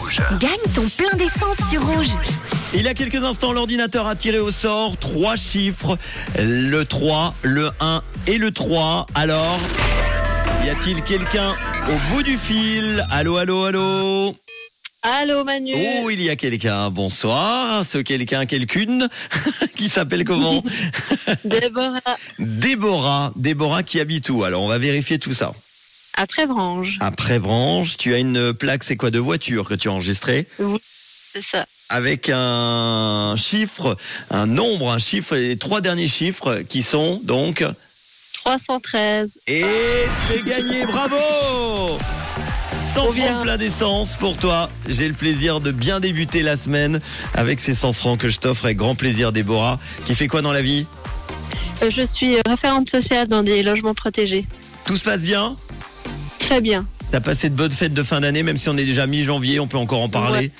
Rouge. Gagne ton plein d'essence sur rouge. Il y a quelques instants, l'ordinateur a tiré au sort trois chiffres. Le 3, le 1 et le 3. Alors, y a-t-il quelqu'un au bout du fil Allô, allô, allô Allô Manu. Oh, il y a quelqu'un. Bonsoir. Ce quelqu'un, quelqu'une, qui s'appelle comment Déborah Déborah. Déborah qui habite où Alors, on va vérifier tout ça. à Prévrange. À Prévrange, tu as une plaque, c'est quoi, de voiture que tu as enregistrée C'est ça. avec un chiffre, un nombre, un chiffre et les trois derniers chiffres qui sont donc 313. et c'est gagné, bravo 100 Trop francs bien. plein d'essence pour toi. J'ai le plaisir de bien débuter la semaine avec ces 100 francs que je t'offre avec grand plaisir, Déborah, qui fait quoi dans la vie Euh, Je suis euh, référente sociale dans des logements protégés. Tout se passe bien Très bien. T'as passé de bonnes fêtes de fin d'année, même si on est déjà mi-janvier, on peut encore en parler.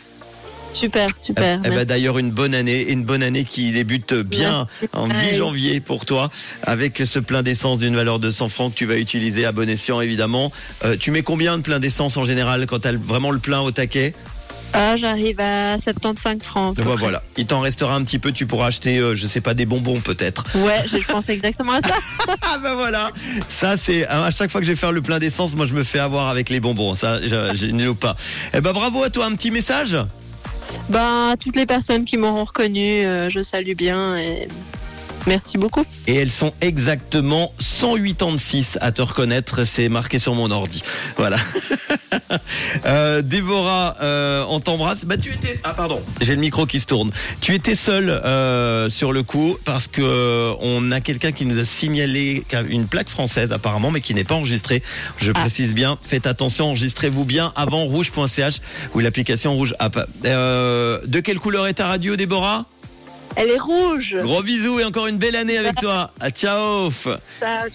Super, super. Eh ben, Merci. d'ailleurs une bonne année et une bonne année qui débute bien en Pareil. mi-janvier pour toi avec ce plein d'essence d'une valeur de 100 francs que tu vas utiliser à bon escient évidemment. Euh, tu mets combien de plein d'essence en général quand t'as le- vraiment le plein au taquet Ah, j'arrive à 75 francs. Bah, Voilà, il t'en restera un petit peu, tu pourras acheter euh, je sais pas des bonbons peut-être. Ouais, je pense exactement à ça. Ah bah voilà, ça c'est à chaque fois que je vais faire le plein d'essence, moi je me fais avoir avec les bonbons, ça je, je ne loupe pas. Eh ben bravo à toi, un petit message Ben, toutes les personnes qui m'auront reconnu, euh, je salue bien et merci beaucoup. Et elles sont exactement 186 à te reconnaître. C'est marqué sur mon ordi. Voilà. Euh, Déborah, euh, on t'embrasse. Bah, tu étais. Ah, pardon. J'ai le micro qui se tourne. Tu étais seule euh, sur le coup parce que euh, on a quelqu'un qui nous a signalé qu'a- une plaque française apparemment, mais qui n'est pas enregistrée. Je Ah. précise bien. Faites attention. Enregistrez-vous bien avant rouge.ch ou l'application rouge app. Euh, de quelle couleur est ta radio, Déborah Elle est rouge. Euh. Gros bisous et encore une belle année avec toi. À ciao. Ça, ça.